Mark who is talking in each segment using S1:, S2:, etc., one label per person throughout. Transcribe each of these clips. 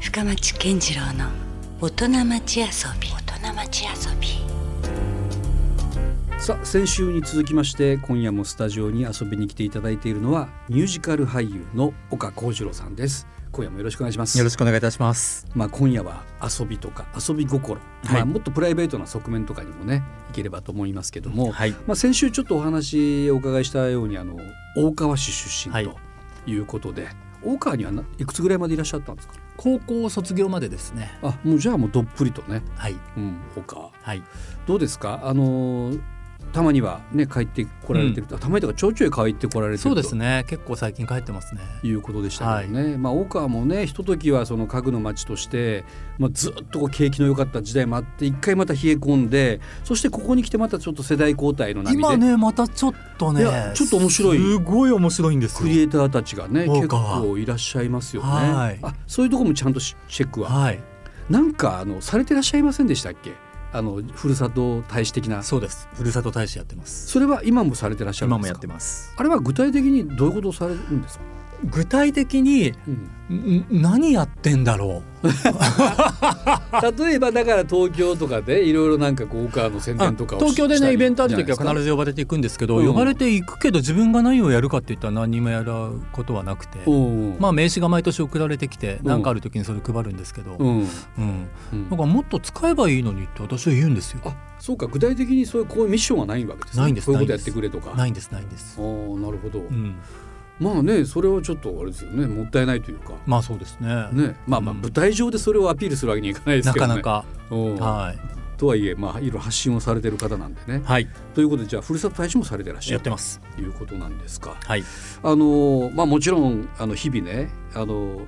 S1: 深町健次郎の大人町遊び大人町遊び
S2: さあ先週に続きまして今夜もスタジオに遊びに来ていただいているのはミュージカル俳優の岡幸次郎さんです今夜もよろしくお願いします
S3: よろしくお願いいたします。
S2: まあ今夜は遊びとか遊び心、
S3: はい
S2: まあもっとプライベートな側面とかにもねいければと思いますけども、
S3: はい。
S2: まあ先週ちょっとお話お伺いしたようにあの大川市出
S3: は
S2: 身
S3: い
S2: ということで、大川にはないくつぐらいまでいらっしゃったんですか
S3: 高校卒業までですね。
S2: あもうじゃあもうどっぷりとね、
S3: はい。
S2: うん、他
S3: はい。
S2: どうですかあのーたまにはね帰ってこられてると、あたまにとかちょいちょい帰ってこられてると
S3: そうですね。結構最近帰ってますね。
S2: いうことでしたけどね、まあ大川もねひとときはその家具の町として、まあ、ずっとこう景気の良かった時代もあって一回また冷え込んでそしてここに来てまたちょっと世代交代の波で
S3: 今ね、またちょっと
S2: い
S3: ね
S2: や。ちょっと面白い
S3: すごい面白いんです
S2: クリ
S3: よ。
S2: エイターたちがね結
S3: 大川
S2: 構いらっしゃいますよね。
S3: はい
S2: あそういうとこもちゃんとしチェックは。
S3: はい。
S2: なんかあのされてらっしゃいませんでしたっけあのふるさと大使的な
S3: そうです。ふるさと大使やってます。
S2: それは今もされてらっしゃる
S3: 今
S2: ん
S3: も
S2: です
S3: や
S2: か
S3: ってます。
S2: あれは具体的にどういうことをされるんですか、
S3: 具体的に、ん何やってんだろう。
S2: 例えばだから東京とかでいろいろなんかこう大川の宣
S3: あ
S2: 伝とかを
S3: 東京でねイベントある時は必
S2: ず
S3: ず呼ばれていくんですけど、
S2: うん
S3: 呼ばれていくけど自分が何をやるかって言ったら何もやることはなくて、ま
S2: まあ、
S3: あ名刺が毎年送られてきて
S2: ん
S3: 何かある時にそれ配るんですけど、
S2: うん
S3: うん、
S2: うん
S3: なんかもっと使えばいいのにって私は言うんですよ。
S2: あそうか具体的にそういうこういうミッションはないわけです、ね、
S3: ないんです
S2: こういうことや
S3: ないん
S2: っ
S3: です
S2: てくれとか
S3: ないんですないんです
S2: あ。ーなるほど、
S3: うん、
S2: まあねそれはちょっとあれですよねもったいないというか
S3: まあそうですね。
S2: ねまあまあ
S3: うん
S2: 舞台上でそれをアピールするわけにはいかないです
S3: な
S2: けど
S3: か
S2: ね
S3: なか、
S2: うん
S3: はい
S2: とはいえまあいろいろ発信をされてる方なんでね
S3: はい
S2: ということでじゃあふるさと大使もされてらっしゃ
S3: やっ
S2: る
S3: てます。
S2: ということなんですか
S3: はい
S2: あのまあ、もちろんあの日々ねあの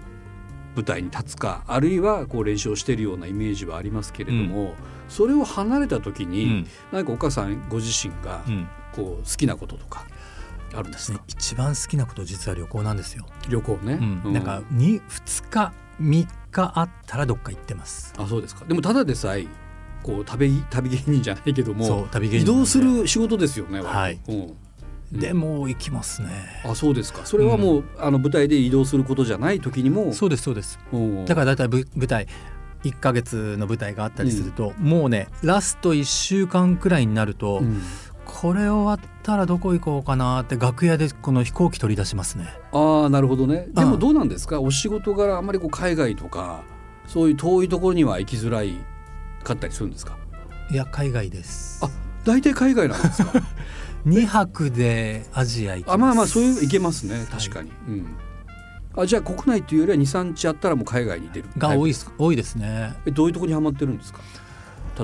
S2: 舞台に立つかあるいはこう練習をしているようなイメージはありますけれども、それを離れた時
S3: う
S2: に、
S3: ん
S2: 何かお母さんご自身が
S3: うん。
S2: こう好きなこととかあるんです
S3: 私ね
S2: か、
S3: 一番好きなこと実は旅行なんですよ。
S2: 旅行ね、
S3: うん
S2: う
S3: なんかに二日三日あったらどっか行ってます。
S2: あそうですかでもただでさえこう旅旅芸人じゃないけど
S3: そ
S2: も
S3: う旅芸
S2: 移
S3: 人なんで
S2: 動する仕事ですよね、
S3: はい
S2: うん、
S3: でも行きますね。
S2: あそうですかそれはもう、あの舞台で移動することじゃない時にも
S3: そうですそうです。
S2: うん
S3: だからだいたいぶ舞台1ヶ月の舞台があったりすると、もうねラスト1週間くらいになると、
S2: うん
S3: これ終わったらどこ行こうかなって楽屋でこの飛行機取り出しますね
S2: ああなるほどねで
S3: う
S2: も
S3: ん
S2: どうなんですかお仕事柄あんまりこう海外とかそういう遠いところには行きづらいかったりするんですか
S3: いや海外です
S2: あ大体海外なんですか
S3: 2泊でアジア行きま す
S2: あまあまあそういう行けますね
S3: い
S2: 確かに、うんあじゃあ国内というよりは23日あったらもう海外に出る
S3: が多
S2: い
S3: いす多いですね
S2: えどういうところにはまってるんですか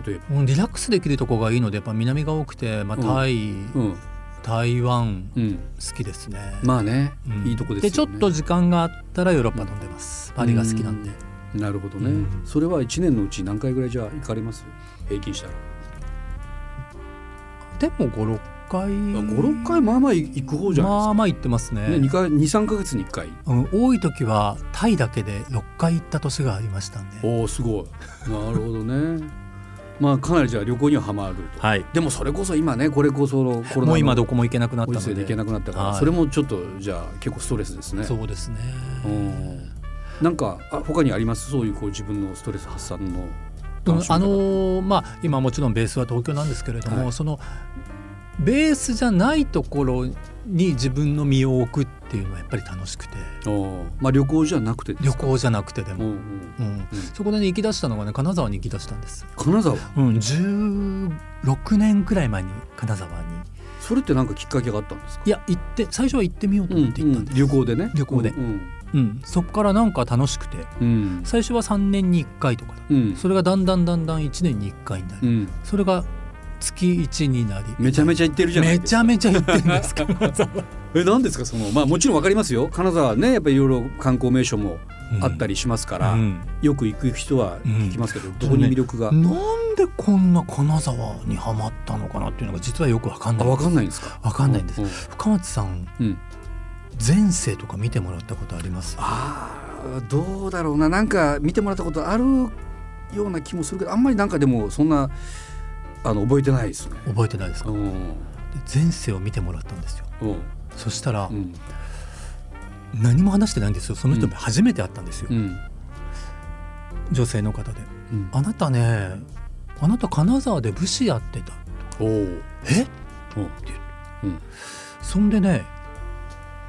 S2: 例えば
S3: うんリラックスできるとこがいいのでやっぱ南が多くて、まあ、
S2: うん
S3: タイ、
S2: うん
S3: 台湾
S2: うん
S3: 好きですね、
S2: まあね、
S3: うん
S2: いいとこですよね
S3: ちょっと時間があったらヨーロッパ飛んでますパリが好きなんで
S2: なるほどね、
S3: うん
S2: それは1年のうち何回ぐらいじゃあ行かれます平均したら
S3: でも56回
S2: 56回まあまあ行く方じゃないです
S3: ま
S2: か、
S3: あまあ行ってますね
S2: ね、23か月に1回
S3: うん、多い時はタイだけで6回行った年がありましたんで
S2: おおすごいなるほどねまあかなりじゃあ旅行にはハマると
S3: はい
S2: でもそれこそ今ねこれこそのコロナの
S3: もう今どこも行けなくなっ
S2: ご
S3: たの
S2: 時
S3: で
S2: 世で行けなくなったから、
S3: はい
S2: それもちょっとじゃあ結構ストレスですね
S3: そうですね
S2: うんなんかあ他にありますそういうこう自分のストレス発散の
S3: うん
S2: 楽しみ方
S3: あのーまあ今もちろんベースは東京なんですけれども、
S2: はい
S3: そのベースじゃないところに自分の身を置くっていうのはやっぱり楽しくて
S2: おーまあ旅行じゃなくてです
S3: 旅行じゃなくてで
S2: うん
S3: も、
S2: うん
S3: うんそこで、ね、行き出したのがね金沢に行き出したんです、
S2: 金沢
S3: うん、16年くらい前に金沢に
S2: それってなんかきっかけがあったんですか
S3: いや行って最初は行ってみようと思って行ったんです、
S2: 旅行でね
S3: 旅行で
S2: うん
S3: うん、そこからなんか楽しくて
S2: うん
S3: 最初は3年に1回とかだ
S2: うん
S3: それがだんだんだんだん1年に1回にな
S2: う
S3: り、
S2: ん
S3: それが月1になり
S2: めちゃめちゃ行ってるじゃない
S3: め
S2: です
S3: ち
S2: か
S3: ゃめちゃ行ってるんですか、
S2: え何ですかそのまあもちろんわかりますよ金沢はねやっぱりいろいろ観光名所も あった
S3: り
S2: りしますから、
S3: うん
S2: よく行く人は聞きますけど、どこに魅力が、
S3: なんでこんな金沢にハマったのかなっていうのが実はよくわかん
S2: あ
S3: ない
S2: わかんないんですか
S3: わかんないんです、
S2: うう
S3: 深松さん
S2: うん
S3: 前世とか見てもらったことあります
S2: あーどうだろうななんか見てもらったことあるような気もするけどあんまりなんかでもそんなあの覚えてないですね
S3: 覚えてないですか
S2: う
S3: で
S2: ん
S3: 前世を見てもらったんですよ
S2: うん
S3: そしたら
S2: うん
S3: 何も話してないんですよその人も初めて会ったんですよ、
S2: うん
S3: 女性の方で
S2: うん
S3: 「あなたねあなた金沢で武士やってた
S2: おー」
S3: え
S2: おー
S3: そんでね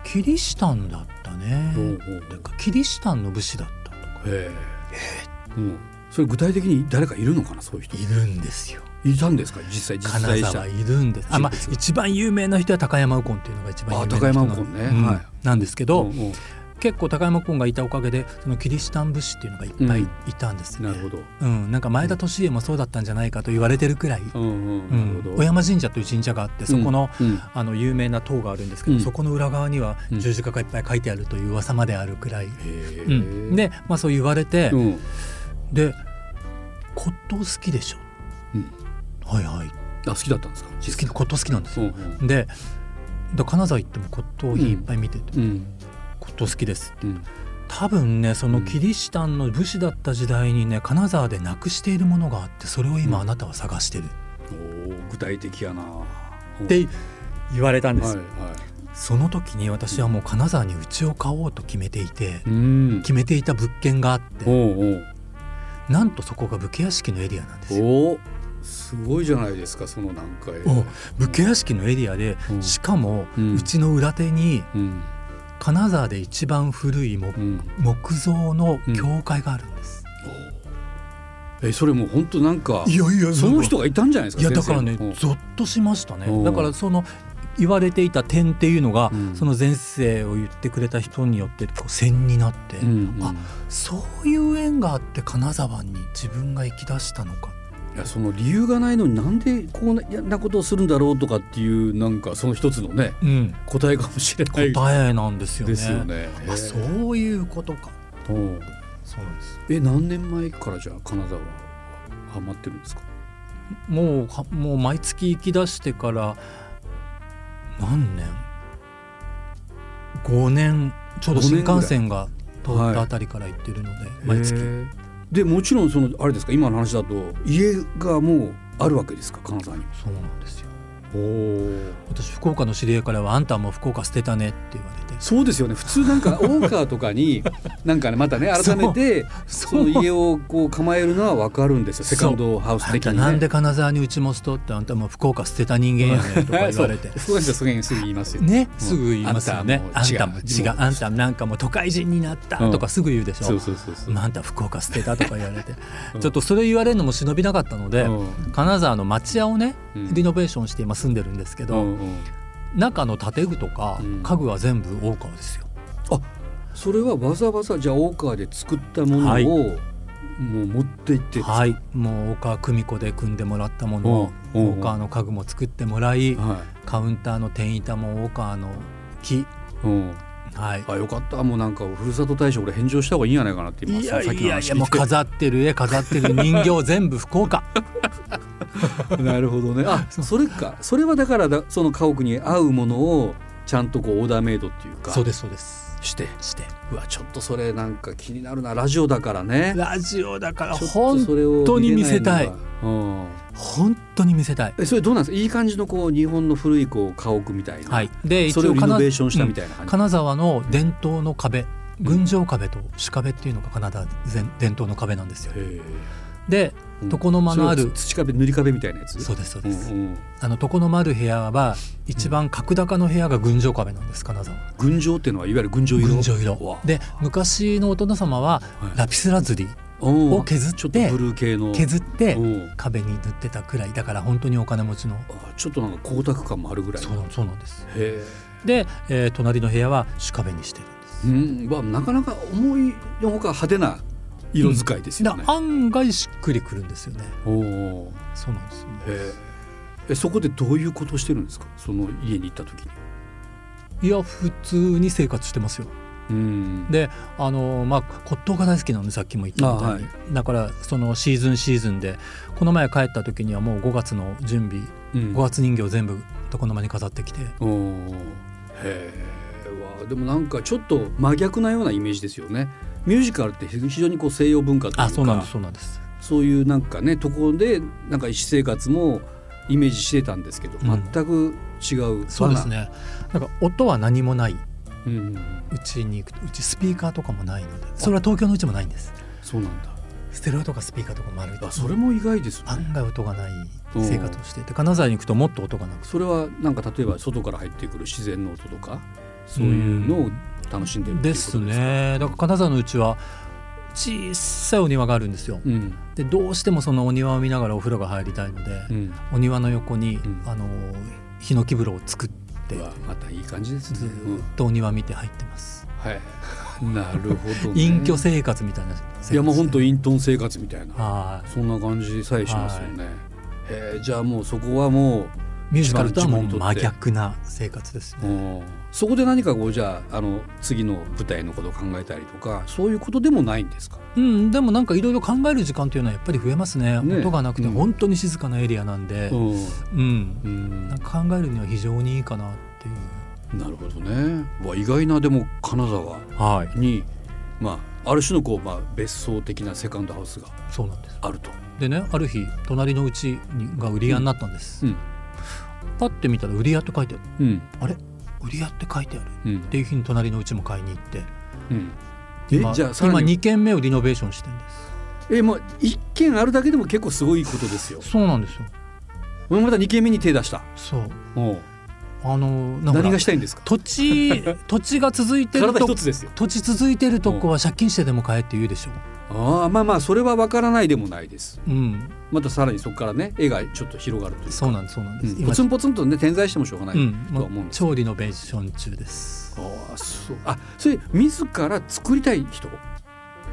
S3: キリシタンだったね
S2: おー
S3: とかキリシタンの武士だったとか
S2: へえうんそれ具体的に誰かいるのかなそういう人
S3: いるんですよ
S2: いたんですか実際実
S3: 金
S2: 際した
S3: 沢いるんですあ、まあ
S2: 人、物
S3: 一番有名な人は高山右近っていうのが一番有名な人
S2: あ高
S3: な
S2: 山右近ね
S3: うん
S2: はい
S3: なんですけど、
S2: うんうん
S3: 結構高山右近がいたおかげでそのキリシタン武士っていうのがいっぱいいたんですね、
S2: な
S3: うん
S2: るほど
S3: なんか前田利家もそうだったんじゃないかと言われてるくらい、
S2: うんう
S3: うん
S2: なる
S3: ん
S2: ほど
S3: 小山神社という神社があってそこの、
S2: うん
S3: あの有名な塔があるんですけど、
S2: うん
S3: そこの裏側には
S2: うん
S3: 十字架がいっぱい書いてあるという噂まであるくらい、
S2: へ
S3: う
S2: え
S3: んで、まあ、そう言われて、
S2: うん
S3: で骨董好きでしょ、
S2: うん
S3: はいはい好
S2: あ好きだったんですか実
S3: き
S2: 際
S3: な骨董好きなんです
S2: う
S3: よ、
S2: んうん
S3: でだ金沢行っても骨董品いっぱい見てて、
S2: うん
S3: 骨董好きです
S2: うん
S3: 多分ねその
S2: うん
S3: キリシタンの武士だった時代にね金沢でなくしているものがあってそれを今
S2: うん
S3: あなたは探してるっ
S2: おー具体的やなって
S3: 言われたんです
S2: はい
S3: よ、
S2: は
S3: その時に私はもう金沢に家を買おうと決めていて
S2: いうん
S3: 決めていた物件があって
S2: おうおう
S3: なんとそこが武家屋敷のエリアなんですよ
S2: おーすごいじゃないですかその段階
S3: お武家屋敷のエリアで
S2: うん
S3: しかも
S2: うん
S3: うちの裏手に
S2: うん
S3: 金沢で一番古い木
S2: うん
S3: 木造の教会があるんです、
S2: おーえそれもう本当なんか
S3: いやいや
S2: その人がいたんじゃないです
S3: い
S2: か
S3: やだから
S2: 先
S3: ね
S2: 生うん
S3: ゾッとしましたね
S2: うん
S3: だからその言われていた点っていうのが、
S2: うん
S3: その前世を言ってくれた人によってこう線になって、
S2: うんうん
S3: あそういう縁があって金沢に自分が行き出したのか
S2: いやその理由がないのになんでこんなことをするんだろうとかっていうなんかその一つのね
S3: うん
S2: 答えかもしれない
S3: 答えなんですよね。
S2: ですよね。
S3: あそういうことか
S2: うん
S3: そうなんです
S2: え何年前からじゃあ金沢はハマってるんですか。
S3: もうはもう毎月行き出してから何年5年ちょうど新幹線が通ったあたりから行ってるので、毎月
S2: へー。でもちろんそのあれですか今の話だと家がもうあるわけですか金沢にも。
S3: そうなんですよ
S2: おお。
S3: 私福岡の知り合いからは「あんたもう福岡捨てたね」って言われて
S2: そうですよね普通なん かオーカーとかになんかねまたね改めてその家をこう構えるのはわかるんですよセカンドハウ
S3: 「
S2: ス
S3: あん
S2: 的
S3: た
S2: に
S3: なん
S2: ね。
S3: で金沢にうちも捨とってあんたもう福岡捨てた人間やね」とか言われて
S2: そう。福岡市はそげんすぐ言いますよ。
S3: ね、
S2: ん
S3: すぐ言いますよね。
S2: あ
S3: あ
S2: ん
S3: ん
S2: た
S3: た
S2: も
S3: も
S2: 違
S3: 違
S2: う
S3: う、あんたなんかもう都会人になった
S2: うん
S3: とかすぐ言うでしょ。
S2: そうそうそうそう。
S3: あんた福岡捨てたとか言われて
S2: うん
S3: ちょっとそれ言われるのも忍びなかったので、
S2: うん
S3: 金沢の町屋をね
S2: うん
S3: リノベーションして今住んでるんですけ
S2: う
S3: ど、
S2: んうん
S3: 中の建具とか
S2: うん
S3: 家具は全部大川ですよ。
S2: それはわざわざじゃあ大川で作ったもの
S3: はい
S2: を、もう持って行ってですか
S3: はい、もう大川久美子で組んでもらったものを
S2: うんうんうん
S3: 大川の家具も作ってもらい
S2: は
S3: カウンターの天板も大川の木
S2: い、うん、
S3: はい
S2: あよかったもうなんかふるさと大賞俺返上した方がいいんじゃないかなって今
S3: いや
S2: さっき
S3: い
S2: の
S3: やい
S2: 話
S3: やもう
S2: 聞い
S3: 飾ってる絵飾ってる人形全部福岡
S2: て なるほどねあそれかそれはだからだその家屋に合うものをちゃんとこうオーダーメイドっていうか
S3: そうですそうです
S2: して
S3: して
S2: うわちょっとそれなんか気になるなラジオだからね
S3: ラジオだか
S2: ち
S3: ら
S2: ょっとそ
S3: 本
S2: れを
S3: 本当に見せたい
S2: れないのがうん
S3: 本当に見せたい
S2: えそれどうなんですかいい感じのこう日本の古いこう家屋みたいな、
S3: はいで
S2: それをリノベーションしたみ
S3: た
S2: た
S3: い
S2: いな感じ、
S3: 金沢の伝統の壁群青壁と主壁っていうのが金沢全伝統の壁なんですよ
S2: へえ
S3: で床の間のある
S2: それは土壁塗り壁みたいなやつ
S3: そうですそうです、
S2: うんうん
S3: あの床の間ある部屋は一番格高の部屋が群青壁なんです金沢
S2: 群青っていうのはいわゆる群青色
S3: 群青
S2: うわ
S3: 色で昔のお殿様は
S2: はい
S3: ラピスラズリ
S2: うん
S3: を削って
S2: ちょっとブルー系の
S3: 削って
S2: うん
S3: 壁に塗ってたくらいだから本当にお金持ちの
S2: あちょっとなんか光沢感もあるぐらい
S3: そうなんそうなんです
S2: へ
S3: で、えー隣の部屋は主壁にしてるん
S2: え、う
S3: です
S2: んまあ、なかなか思いのほか派手な色使いですよね
S3: だ、から案外しっくりくるんですよね
S2: おーへ
S3: そうなんですよね
S2: ええそこでどういうことをしてるんですかその家に行った時に
S3: いや普通に生活してますよ
S2: うん
S3: であのまあ骨董が大好きなんでさっきも言ったみたいに、
S2: あ
S3: だからそのシーズンシーズンでこの前帰った時にはもう5月の準備
S2: うん
S3: 5月人形全部床の間に飾ってきて
S2: おーへえわあでもなんかちょっと真逆なようなイメージですよねミュージカルって非常にこう西洋文化というか
S3: あそうなんですそうなんです
S2: そういうなんかねところでなんか私生活もイメージしてたんですけど、
S3: うん
S2: 全く違う
S3: そうですねなんか音は何もない
S2: 罠、うんうんうん
S3: うちに行くとうちスピーカーとかもないのでそれは東京のうちもないんです
S2: そうなんだ
S3: ステレオとかスピーカーとかもあるみたい
S2: あそれも意外ですね
S3: 案外音がない生活をしていて金沢に行くともっと音がなくて
S2: それはなんか例えば外から入ってくる自然の音とかそういうのを楽しんでるっていうこと
S3: で
S2: です
S3: す
S2: か
S3: ねだから金沢のうちは小さいお庭があるんですよ、
S2: うん
S3: でどうしてもそのお庭を見ながらお風呂が入りたいので、
S2: うん
S3: お庭の横に、
S2: ん
S3: あのヒノキ風呂を作って
S2: うわまたいい感じですね
S3: ず
S2: うん
S3: ーっとお庭見て入ってます、
S2: はいなるほど、ね、
S3: 隠居生活みたいな生活です
S2: いやもう本当隠遁生活みたいな
S3: はい
S2: そんな感じさえしますよね、へえじゃあもうそこはも
S3: ミュージカルとはもう
S2: 自分にとっ
S3: 真
S2: て
S3: 逆な生活です
S2: う、
S3: ね、
S2: うんそこで何かこうじゃああの次の舞台のことを考えたりとかそういうことでもないんですか
S3: うん、でもなんかいろいろ考える時間というのはやっぱり増えますね
S2: ね
S3: 音がなくて
S2: うん
S3: 本当に静かなエリアなんで、うん
S2: ん、うん
S3: なんか考えるには非常にいいかなっていう
S2: なるほどねうわ意外なでも金沢
S3: は
S2: に、まあ、ある種のこう、まあ、別荘的なセカンドハウスが
S3: いそうなんです
S2: あると、
S3: でねある日隣のうちが売り屋になったんです、
S2: うん
S3: パッて見たら売り屋って書いてある
S2: うん
S3: あれ売り屋って書いてあるっ
S2: うん
S3: ていう日に隣のうちも買いに行って
S2: うん、え
S3: 今
S2: じゃあさ
S3: 今
S2: らに
S3: 2軒目をリノベーションしてるんで
S2: えもう一軒あるだけでも結構すごいことですよ
S3: すそうなんですよ
S2: 俺もまた二軒目に手出した
S3: そう
S2: おう
S3: あのなんか
S2: 何がしたいんですか
S3: 土 地土地が続いてる
S2: 体
S3: と
S2: 一つですよ
S3: 土地続いてるとこは借金してでも買えって言うでしょ
S2: ああまあまあそれは分からないでもないです
S3: うん
S2: またさらにそこからね絵がちょっと広がるという
S3: そうなんですそうなんです、
S2: うんポツンポツンとね点在してもしょうがない、
S3: うん
S2: とは思うんです
S3: 調理のベーション中です
S2: ああそうあそれ自ら作りたい人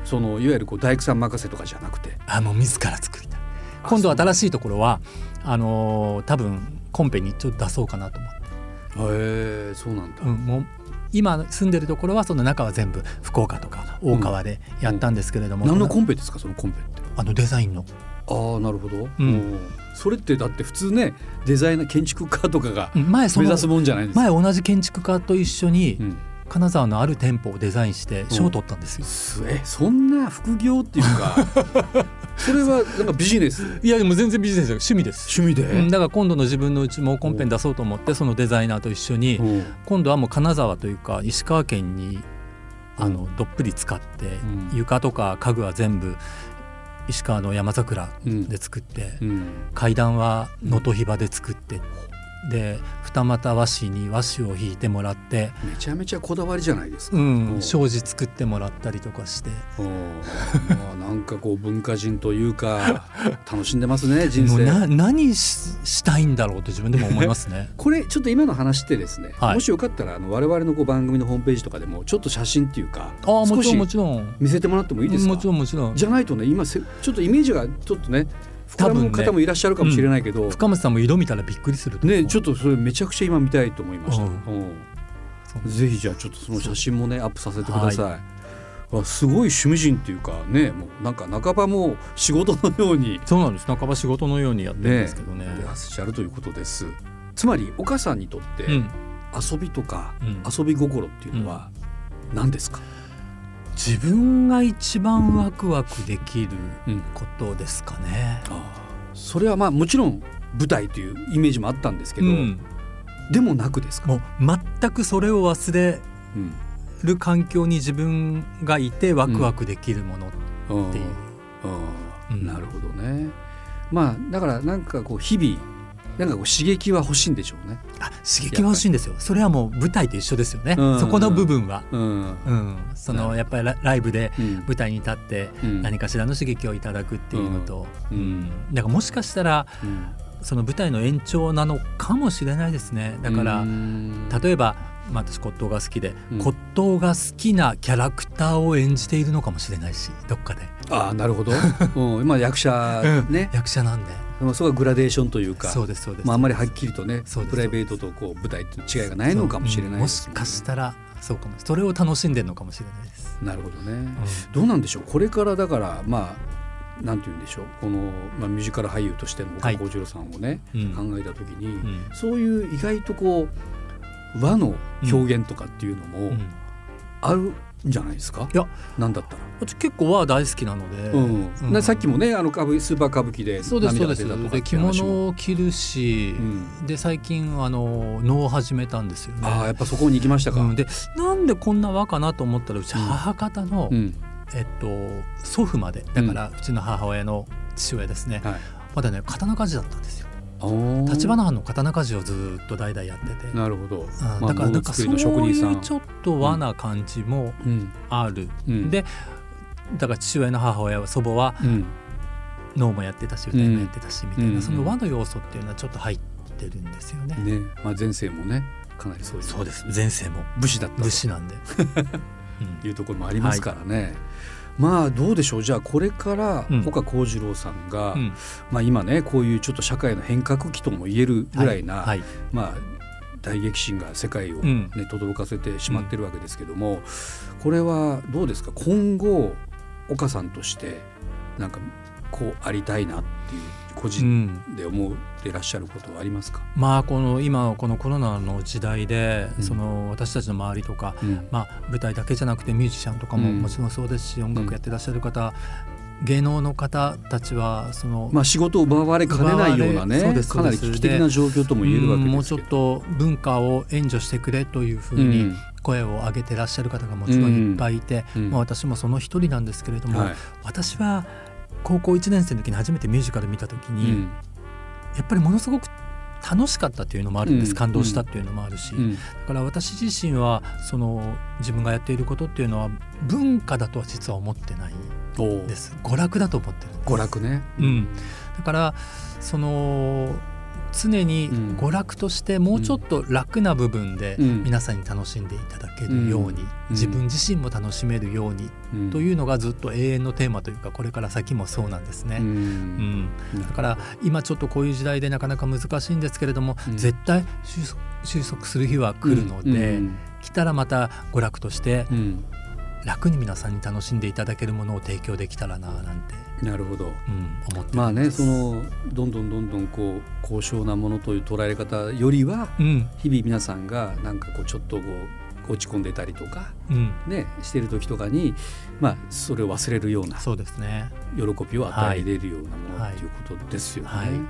S2: そのいわゆるこう大工さん任せとかじゃなくて
S3: あもう自ら作りたい今度新しいところはあのー多分コンペにちょっと出そうかなと思って、
S2: へえそうなんだ
S3: うん、もう今住んでるところはその中は全部福岡とか大川でやったんですけれども、
S2: 何のコンペですかそのコンペって
S3: あのデザインの
S2: ああなるほど、
S3: うん
S2: おうそれってだって普通ねデザイナー建築家とかが
S3: うん前そ
S2: 目
S3: の
S2: 指すもんじゃないんですか、
S3: 前同じ建築家と一緒に
S2: うん
S3: 金沢のある店舗をデザインして賞を取ったんですよ、
S2: すえそんな副業っていう かそれはなんかビジネス
S3: いやでも全然ビジネスじゃない趣味です
S2: 趣味で、
S3: うん、だから今度の自分のうちもコンペに出そうと思ってそのデザイナーと一緒に
S2: うん
S3: 今度はもう金沢というか石川県にあ
S2: う
S3: のどっぷり使って
S2: ん
S3: 床とか家具は全部石川の山桜
S2: うん
S3: で作って
S2: うん
S3: 階段は能登ひばで作ってで二股和紙に和紙を引いてもらって、
S2: めちゃめちゃこだわりじゃないですか、
S3: うん
S2: お、
S3: 障子作ってもらったりとかして
S2: うんまあなんかこう文化人という か楽しんでますね人
S3: もう
S2: 生。
S3: な何ししたいんだろうと自分でも思いますね
S2: これちょっと今の話ってですね、
S3: はい
S2: もしよかったらあの我々のこう番組のホームページとかでもちょっと写真っていうか
S3: ああも
S2: 少
S3: ちろん
S2: し
S3: もちろん
S2: 見せてもらってもいいですか
S3: もちろんもちろん
S2: じゃないとね今せちょっとイメージがちょっとね膨らむ
S3: 多分ね
S2: 方もいらっしゃるかもしれないけど、
S3: 深松さんも色見たらびっくりすると思う
S2: ね、ちょっとそれめちゃくちゃ今見たいと思いました。
S3: うん
S2: う、
S3: そうん
S2: ぜひじゃあちょっとその写真もねアップさせてください。わすごい趣味人っていうかねもうなんか半ばもう仕事のように
S3: そうなんです半ば仕事のようにやってるん
S2: ね
S3: ですけどね
S2: やってらっしゃるということです。つまり岡さんにとって
S3: うん
S2: 遊びとか
S3: うん
S2: 遊び心っていうのは何ですか、
S3: 自分が一番ワクワクできる
S2: うん
S3: ことですかね。
S2: あーそれはまあもちろん舞台というイメージもあったんですけ
S3: う
S2: ど、
S3: ん、
S2: でもなくですか、
S3: もう全くそれを忘れ
S2: うん
S3: る環境に自分がいてワクワクできるものっていう、
S2: あー
S3: うん
S2: なるほどね。まあだからなんかこう日々なんかこう刺激は欲しいんでしょうね。
S3: あ刺激が欲しいんですよそれはもう舞台と一緒ですよね、
S2: うん
S3: そこの部分は、
S2: うん。
S3: うん、そ
S2: な
S3: のやっぱりラライブで
S2: うん
S3: 舞台に立って
S2: うん
S3: 何かしらの刺激をいただくっていうのと、
S2: う
S3: うんんだからもしかしたらその舞台の延長なのかもしれないですねだから、
S2: うん
S3: 例えば、まあ、私骨董が好きで、
S2: うん
S3: 骨董が好きなキャラクターを演じているのかもしれないしどっかで
S2: ああなる ほど。うん、まあ役者ね、
S3: 役者なんで
S2: まあそこはグラデーションというか、
S3: そうですそうです、
S2: まああんまりはっきりとね
S3: そうです
S2: プライベートとこう舞台っていう違いがないのかもしれない
S3: で、
S2: ですすね
S3: うんもしかしたらそうかもそれを楽しんでるのかもしれないです、
S2: なるほどね。どうなんでしょうこれからだからまあなんて言うんでしょうこの、まあ、ミュージカル俳優としての岡
S3: はい
S2: 幸次郎さんをね、
S3: うん
S2: 考えた時に、
S3: うん
S2: そういう意外とこう和の表現とかっていうの
S3: う
S2: も
S3: ん
S2: あるんじゃないですか、
S3: いや
S2: なんだったら。
S3: 私結構和大好きなので、
S2: うん
S3: うん
S2: なさっきもねあの歌舞スーパー歌舞伎で
S3: そうですそう
S2: 涙
S3: で
S2: が出たと
S3: す
S2: か
S3: で
S2: って
S3: 着
S2: 話も
S3: 物を着るし、
S2: うん
S3: で最近あの能を始めたんですよね
S2: ああやっぱそこに行きましたか。
S3: うん、でなんでこんな和かなと思ったらうち
S2: うん
S3: 母方の
S2: うん
S3: えっと、祖父までだからうちの母親の父親ですね、
S2: はい
S3: まだね刀鍛冶だったんですよ
S2: おー
S3: 橘藩の刀鍛冶をずーっと代々やってて、うん
S2: なるほど、まあ
S3: だからなんか
S2: 物作
S3: そう
S2: りの職人さ
S3: いうんちょっと和な感じも
S2: うん
S3: ある、
S2: うん
S3: でだから父親の母親は祖母は
S2: うん
S3: 能もやってたし歌もやってたしみたいな、
S2: うん
S3: その和の要素っていうのはちょっと入ってるんですよね。
S2: ねまあ、前世もねかなりそういう
S3: そうです前世も
S2: 武士だった
S3: 武 士なんで、うん
S2: いうところもありますからね。まあどうでしょうじゃあこれから
S3: うん
S2: 岡幸次郎さんが、
S3: うん
S2: まあ、今ねこういうちょっと社会の変革期とも言えるぐらいな、
S3: はいはい
S2: まあ、大激震が世界を、
S3: う
S2: ね
S3: ん
S2: 轟かせてしまってるわけですけども、これはどうですか今後岡さんとしてなんかこうありたいなっていう個
S3: う
S2: 人
S3: ん
S2: で思ってらっしゃることはありますか、
S3: まあこの今のこのコロナの時代で、
S2: うん
S3: その私たちの周りとか、
S2: うん
S3: まあ、舞台だけじゃなくてミュージシャンとかも
S2: うん
S3: もちろんそうですし、音楽やってらっしゃる方芸能の方たちはその、
S2: まあ、仕事を奪われかねないようなね
S3: 奪われそうです
S2: かなり危機的な状況とも言えるわけ
S3: うん
S2: で
S3: もうち
S2: す
S3: ょ
S2: け
S3: っ
S2: ど。
S3: と文化を援助してくれというふう
S2: う
S3: に
S2: ん
S3: 声を上げてらっしゃる方がもちろんいっぱいいて、
S2: うん
S3: まあ、私もその一人なんですけれども、
S2: はい
S3: 私は高校1年生の時に初めてミュージカル見た時
S2: う
S3: に、
S2: ん
S3: やっぱりものすごく楽しかったというのもあるんです、
S2: うん
S3: 感動したっていうのもあるし、
S2: うん
S3: だから私自身はその自分がやっていることっていうのは文化だとは実は思ってない
S2: お
S3: で
S2: う
S3: す娯楽だと思ってるんです
S2: 娯楽ね、
S3: うん、だからその常に
S2: うん
S3: 娯楽としてもうちょっと楽な部分で
S2: うん
S3: 皆さんに楽しんでいただけるように、
S2: うん
S3: 自分自身も楽しめるように
S2: うん
S3: というのがずっと永遠のテーマというかこれから先もそうなんですね。
S2: う
S3: うんん、だから今ちょっとこういう時代でなかなか難しいんですけれども、
S2: うん
S3: 絶対収束収束する日は来るので、
S2: うん
S3: 来たらまた娯楽として
S2: うん
S3: 楽に皆さんに楽しんでいただけるものを提供できたらななんて、
S2: なるほど
S3: うん、思って
S2: まあ
S3: るん
S2: ね
S3: です
S2: そ、のどんどんどんどんこう高尚なものという捉え方よりは
S3: うん
S2: 日々皆さんがなんかこうちょっとこう落ち込んでたりとか
S3: うん、
S2: ねしてる時とかにまあそれを忘れるような
S3: そうですね。
S2: 喜びを与えれるようなも
S3: は
S2: のっ
S3: い
S2: ていうことですよね、
S3: はい
S2: うん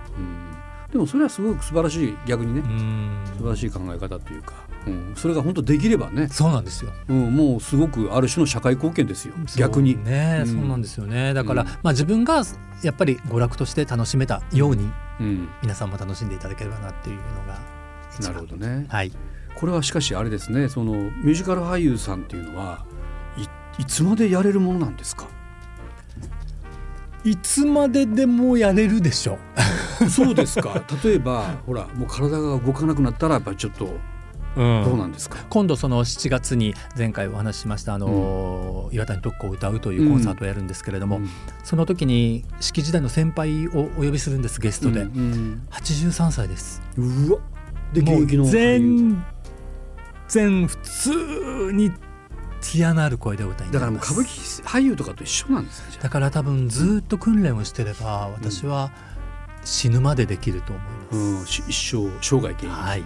S2: でもそれはすごく素晴らしい逆にね
S3: うん、
S2: 素晴らしい考え方というか、うん、それが本当できればね、
S3: そうなんですよ。
S2: うん、もうすごくある種の社会貢献ですよ逆に
S3: そうね、
S2: うん
S3: そうなんですよね。だか
S2: う
S3: ら、
S2: ん
S3: まあ自分がやっぱり娯楽として楽しめたように
S2: うん、
S3: 皆さんも楽しんでいただければなっていうのが一
S2: な
S3: 番
S2: るほどね
S3: はい。
S2: これはしかしあれですねそのミュージカル俳優さんっていうのはいいつまでやれるものなんですか
S3: いつまででもやれるでしょう。
S2: そうですか例えばほらもう体が動かなくなったらやっぱりちょっと
S3: うん
S2: どうなんですか、
S3: 今度その7月に前回お話ししましたあの、岩谷特攻を歌うというコンサートをやるんですけれども、
S2: うん
S3: その時に式時代の先輩をお呼びするんですゲストで、
S2: うん
S3: 83歳です
S2: うんうわで
S3: も
S2: 現
S3: う
S2: 役の俳優
S3: 全然普通にティアのある声で歌います
S2: だからもう歌舞伎俳優とかと一緒なんですねじゃ
S3: だから多分ずっと訓練をしてれば私は死ぬまでできると思いま
S2: あ、
S3: す、
S2: うん、し一生生涯現役
S3: はい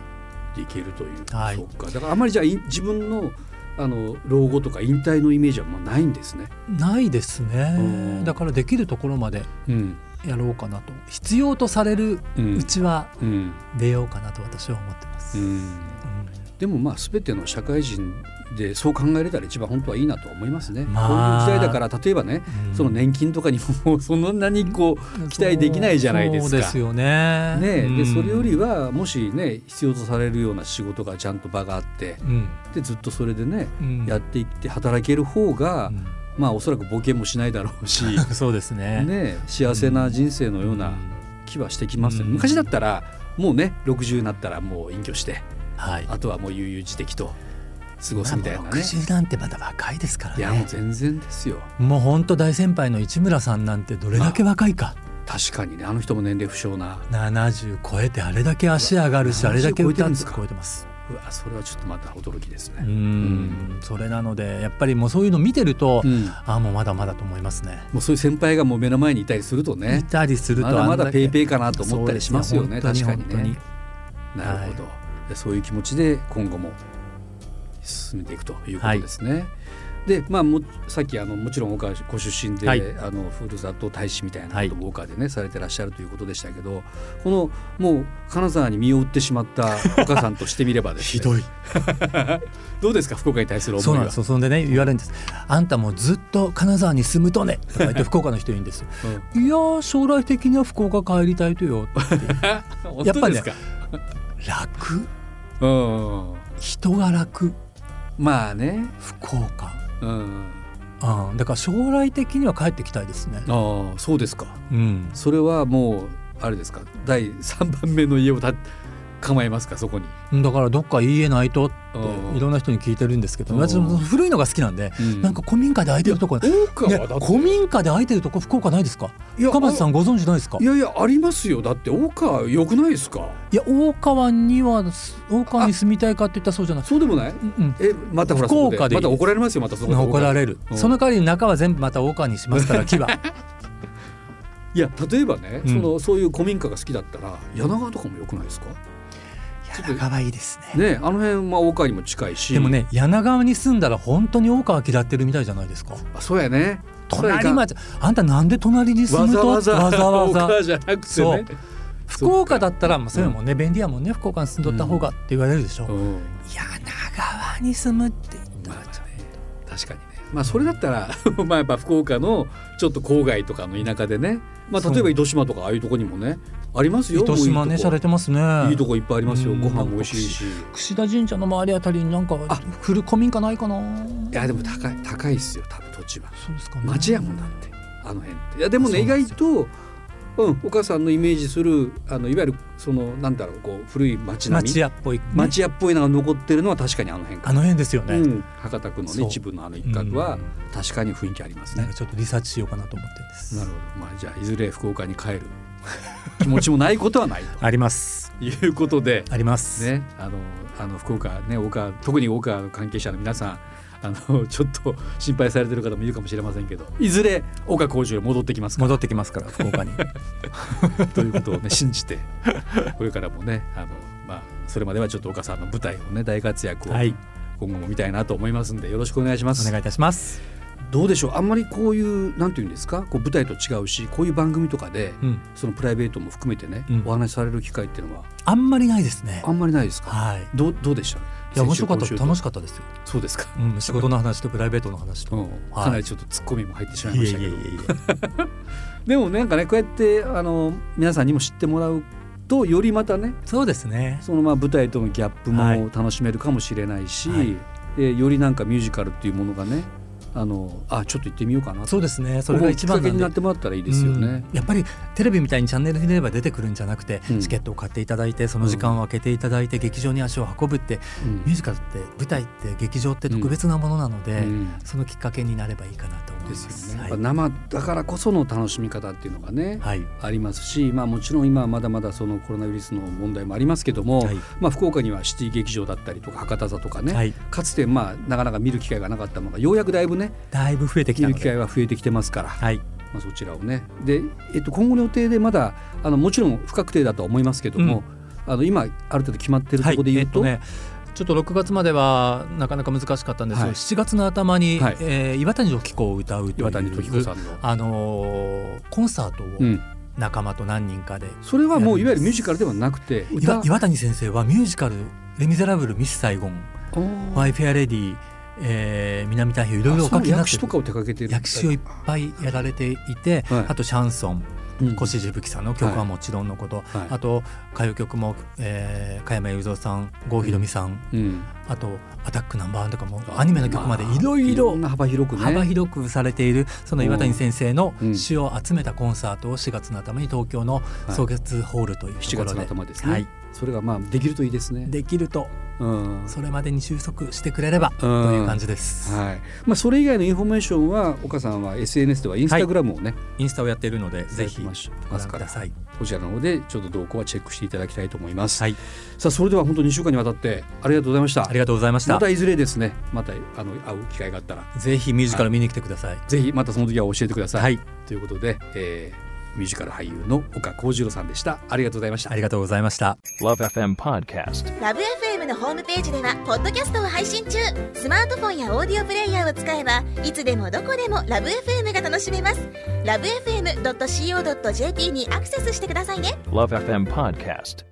S2: でいけるという、
S3: はい
S2: そっかだからあまりじゃあい自分のあの老後とか引退のイメージはもうないんですね。
S3: ないです
S2: う
S3: ね
S2: ん
S3: だからできるところまで
S2: うん
S3: やろうかなと必要とされる
S2: うん
S3: うちは
S2: うん
S3: 出ようかなと私は思ってます、
S2: う
S3: うん
S2: ん、でもまあ全ての社会人でそう考えれたら一番本当はいいなとは思いますね。
S3: まあ
S2: こういう時代だから例えばね、
S3: うん
S2: その年金とかにももうそんなにこう期待できないじゃないですか
S3: そうですよね
S2: ね
S3: うん
S2: でそれよりはもしね必要とされるような仕事がちゃんと場があって
S3: うん
S2: でずっとそれでね
S3: うん
S2: やっていって働ける方が、まあおそらく冒険もしないだろうし、
S3: うん そうです ね
S2: ね、幸せな人生のような気はしてきますよね、
S3: うん
S2: 昔だったらもうね60になったらもう隠居して
S3: はい
S2: あとはもう悠々自適と過ごすみたいな
S3: まあ
S2: ね。
S3: 60なんてまだ若いですから
S2: いやもう
S3: ね
S2: 全然ですよ
S3: もう本当大先輩の市村さんなんてどれだけ若いか
S2: 確かにねあの人も年齢不詳な
S3: 70超えてあれだけ足上がるし
S2: う
S3: あ
S2: わ
S3: れだ
S2: 70
S3: け
S2: 超えて
S3: 歌
S2: る
S3: っ
S2: ん
S3: て
S2: ですか
S3: 超えてます
S2: うわそれはちょっとまた驚きです
S3: う
S2: ね。
S3: んそれなのでやっぱりもうそういうの見てると
S2: うん
S3: ああもうまだまだと思いますね
S2: もうそういう先輩がもう目の前にいたりすると
S3: 見
S2: ね
S3: たりすると
S2: まだま
S3: あ
S2: だ
S3: んけ
S2: ペイペイかなと思ったりしますよね
S3: そう
S2: 確
S3: です
S2: か
S3: ね
S2: に
S3: 本当に
S2: ね。なるほど、そういう気持ちで今後も進めていくということですね。でまあ、もさっきあのもちろん岡ご出身で、
S3: はい
S2: あのふるさと大使みたいな
S3: はい
S2: ことを岡でね、されてらっしゃるということでしたけどこのもう金沢に身を売ってしまっ た岡さんとしてみればです、ね、
S3: どい
S2: どうですか福岡に対する思いは
S3: そうなんですよそんでね言われるんですあんたもうずっと金沢に住むとねとか言 って福岡の人言うんですよ
S2: うん
S3: いやー将来的には福岡帰りたいとよ
S2: 本
S3: やっ
S2: 当
S3: ぱ
S2: で
S3: ね
S2: すか、
S3: 楽
S2: うん、
S3: 人が楽
S2: まあね、
S3: 福岡
S2: うん、
S3: うん、だから将来的には帰ってきたいですね。
S2: ああそうですか
S3: うん、
S2: それはもうあれですか第3番目の家をた構えますかそこに。
S3: だからどっか言えないとって
S2: うん
S3: いろんな人に聞いてるんですけど、
S2: うん
S3: 私も古いのが好きなんで、なんか古民家で空いてるとこ、ね、
S2: 大川だって
S3: 古民家で空いてるとこ福岡ないですか
S2: いや
S3: 深松さんご存知ないですか
S2: いやいやありますよだって大川良くないですか
S3: いや大川には大川に住みたいかって言ったらそうじゃない
S2: そうでもない
S3: うん
S2: えまたほらそこで
S3: 福岡でいい
S2: また怒られますよまたそこ
S3: う
S2: で
S3: ん怒ら
S2: れ
S3: れる、
S2: うん
S3: その代わり中は全部また大川にします から木は
S2: いや例えばね、
S3: うん
S2: そのそういう古民家が好きだったら柳川とかも良くないですか
S3: 柳川いいですね
S2: ねあの辺まあ大川にも近いし
S3: でもね柳川に住んだら本当に大川嫌ってるみたいじゃないですか
S2: あそうやね
S3: 隣町あんたなんで隣に住
S2: わ
S3: む
S2: ざ
S3: と
S2: わざ
S3: わざわざ
S2: 大川じゃなくてね
S3: 福岡だったらまあそういうのもね、便利やもんね福岡に住んどった方がって言われるでしょ、
S2: うん
S3: 柳川に住むって
S2: まあね確かにねまあそれだったら まあやっぱ福岡のちょっと郊外とかの田舎でねま
S3: そ
S2: あ
S3: う
S2: 例えば糸島とかああいうとこにもねありますよ
S3: 糸島ね
S2: もういいと
S3: 洒
S2: こ
S3: 落てますね
S2: いいとこいっぱいありますよ
S3: うん
S2: ご飯も美味しいし
S3: 串田神社の周りあたりになんか
S2: あ
S3: 古古民家ないかない
S2: やでも高い高いっすよ多分土地は
S3: そうですかね
S2: 町やもんだってあの辺っていやでもね
S3: そ
S2: 意
S3: うなんで
S2: 外
S3: す
S2: とうんお母さんのイメージするあのいわゆるそのなんだろうこう古い町並み
S3: 町屋っぽい、ね
S2: 町屋っぽいのが残ってるのは確かにあの辺か
S3: あの辺ですよね、
S2: うん、博多区の
S3: そ
S2: ね
S3: う
S2: 一部のあの一角は
S3: うん
S2: 確かに雰囲気あります
S3: なん
S2: ね
S3: か。ちょっとリサーチしようかなと思ってるんです
S2: なるほど、まあ、じゃあいずれ福岡に帰る 気持ちもないことは ない
S3: あります
S2: ということで、
S3: あります、
S2: ね、あのあの福岡ね大川特に大川の関係者の皆さんあのちょっと心配されてる方もいるかもしれませんけ どいずれ大川工場へ戻ってきますか
S3: 戻ってきますから 福岡に
S2: らということを、ね、信じてこれからもねあの、まあ、それまではちょっと岡さんの舞台をね大活躍を
S3: はい
S2: 今後も見たいなと思いますんでよろしくお願いします。
S3: お願いいたします、
S2: どうでしょうあんまりこういうなんていうんですかこう舞台と違うしこういう番組とかで
S3: うん、
S2: そのプライベートも含めてね、
S3: うん
S2: お話しされる機会っていうのは
S3: あんまりないですね
S2: あんまりないですか。
S3: はい
S2: どうどうでした。
S3: いや面白かった
S2: 先週
S3: 楽しかったですよ、
S2: 今週とそうですか。
S3: うん、仕事の話とプライベートの話と、
S2: うん、
S3: はい
S2: かなりちょっと突っ込みも入ってしまいましたけど、
S3: い
S2: でもなんかねこうやってあの皆さんにも知ってもらうとよりまたね
S3: そうですね。
S2: そのまあ舞台とのギャップ
S3: はい
S2: も楽しめるかもしれないし、
S3: はい
S2: でよりなんかミュージカルっていうものがねあのあちょっと行ってみようかな
S3: そう
S2: で
S3: ですね。それが一番
S2: きっかけに
S3: な
S2: なんっ
S3: で。
S2: てもらったらいいですよね。
S3: うんやっぱりテレビみたいにチャンネルに出れば出てくるんじゃなくて、
S2: うん
S3: チケットを買っていただいてその時間を空けていただいて、劇場に足を運ぶって
S2: うん
S3: ミュージカルって舞台って劇場って特別なものなので、
S2: うん
S3: そのきっかけになればいいかなと思いま。
S2: ですすよね、やっ
S3: は
S2: ぱ
S3: い
S2: 生だからこその楽しみ方っていうのがね、
S3: はい
S2: ありますし、まあ、もちろん今はまだまだそのコロナウイルスの問題もありますけども、
S3: はい
S2: まあ、福岡にはシティ劇場だったりとか博多座とかね、
S3: はい
S2: かつてまあなかなか見る機会がなかったのがようやくだいぶね
S3: だいぶ増えてき
S2: 見
S3: た
S2: る
S3: の
S2: 機会
S3: で。
S2: は増えてきてますから、
S3: はい、
S2: まあ、そちらをねで、えっと、今後の予定でまだあのもちろん不確定だとは思いますけども、あの今ある程度決まってるところで
S3: はい
S2: 言
S3: え
S2: う
S3: っ
S2: と,、
S3: とね、ちょっと6月まではなかなか難しかったんですが、
S2: はい
S3: 7月の頭に、
S2: はい
S3: えー岩谷時子を歌うとい
S2: 岩
S3: う
S2: 谷時子さんの。
S3: あのーコンサート
S2: う
S3: を
S2: ん、
S3: 仲間と何人かで、
S2: それはもういわゆるミュージカルではなくて
S3: 岩岩谷先生はミュージカル「レ・ミゼラブル」「ミス・サイゴン」
S2: お
S3: 「
S2: ー
S3: マイ・フェア・レディ」えー南太平洋」いろいろお
S2: あそ
S3: 書
S2: の
S3: きになっ
S2: 役
S3: て
S2: 詞と
S3: る
S2: かを手掛けてる
S3: 役詞をいっぱいやられていて、
S2: はい
S3: あとシャンソン
S2: うん
S3: 越路吹さんの曲はもちろんのこと、
S2: はい
S3: あと歌謡曲も、えー、加山雄三さん郷ひろみさん、
S2: うん
S3: あと「アタックナンバーワン」とかもアニメの曲までいろいろ
S2: んな幅広くね
S3: 幅広くされているその岩谷先生の
S2: うん
S3: 詩を集めたコンサートを4月の頭に東京の草月ホールというと
S2: 7
S3: こ
S2: 月
S3: ろ
S2: の
S3: で
S2: 頭ですね、
S3: はい
S2: それがまあできるといいですね
S3: できると
S2: うん
S3: それまでに収束してくれればという感じです、
S2: はいまあ、それ以外のインフォメーションは岡さんは SNS ではインスタグラムをね、
S3: インスタをやっているのでぜひ
S2: や
S3: ご
S2: っ
S3: 覧
S2: てます
S3: く
S2: か
S3: だ
S2: ら
S3: さい
S2: こちらの方でちょっと動向はチェックしていただきたいと思います、
S3: はい
S2: さあそれでは本当に2週間にわたってありがとうございました
S3: ありがとうございました
S2: またいずれですねまたあの会う機会があったら
S3: ぜひミュージカル見に来てください
S2: ぜひまたその時は教えてください、
S3: はい
S2: ということで、えミュージカル俳優の岡幸次郎さんでしたありがとうございました
S3: ありがとうございました
S4: Love FM Podcast.
S5: ラブ f m のホームページではポッドキャストを配信中スマートフォンやオーディオプレイヤーを使えばいつでもどこでもラブ f m が楽しめますラブ FM.co.jp にアクセスしてくださいね
S4: Love FM Podcast.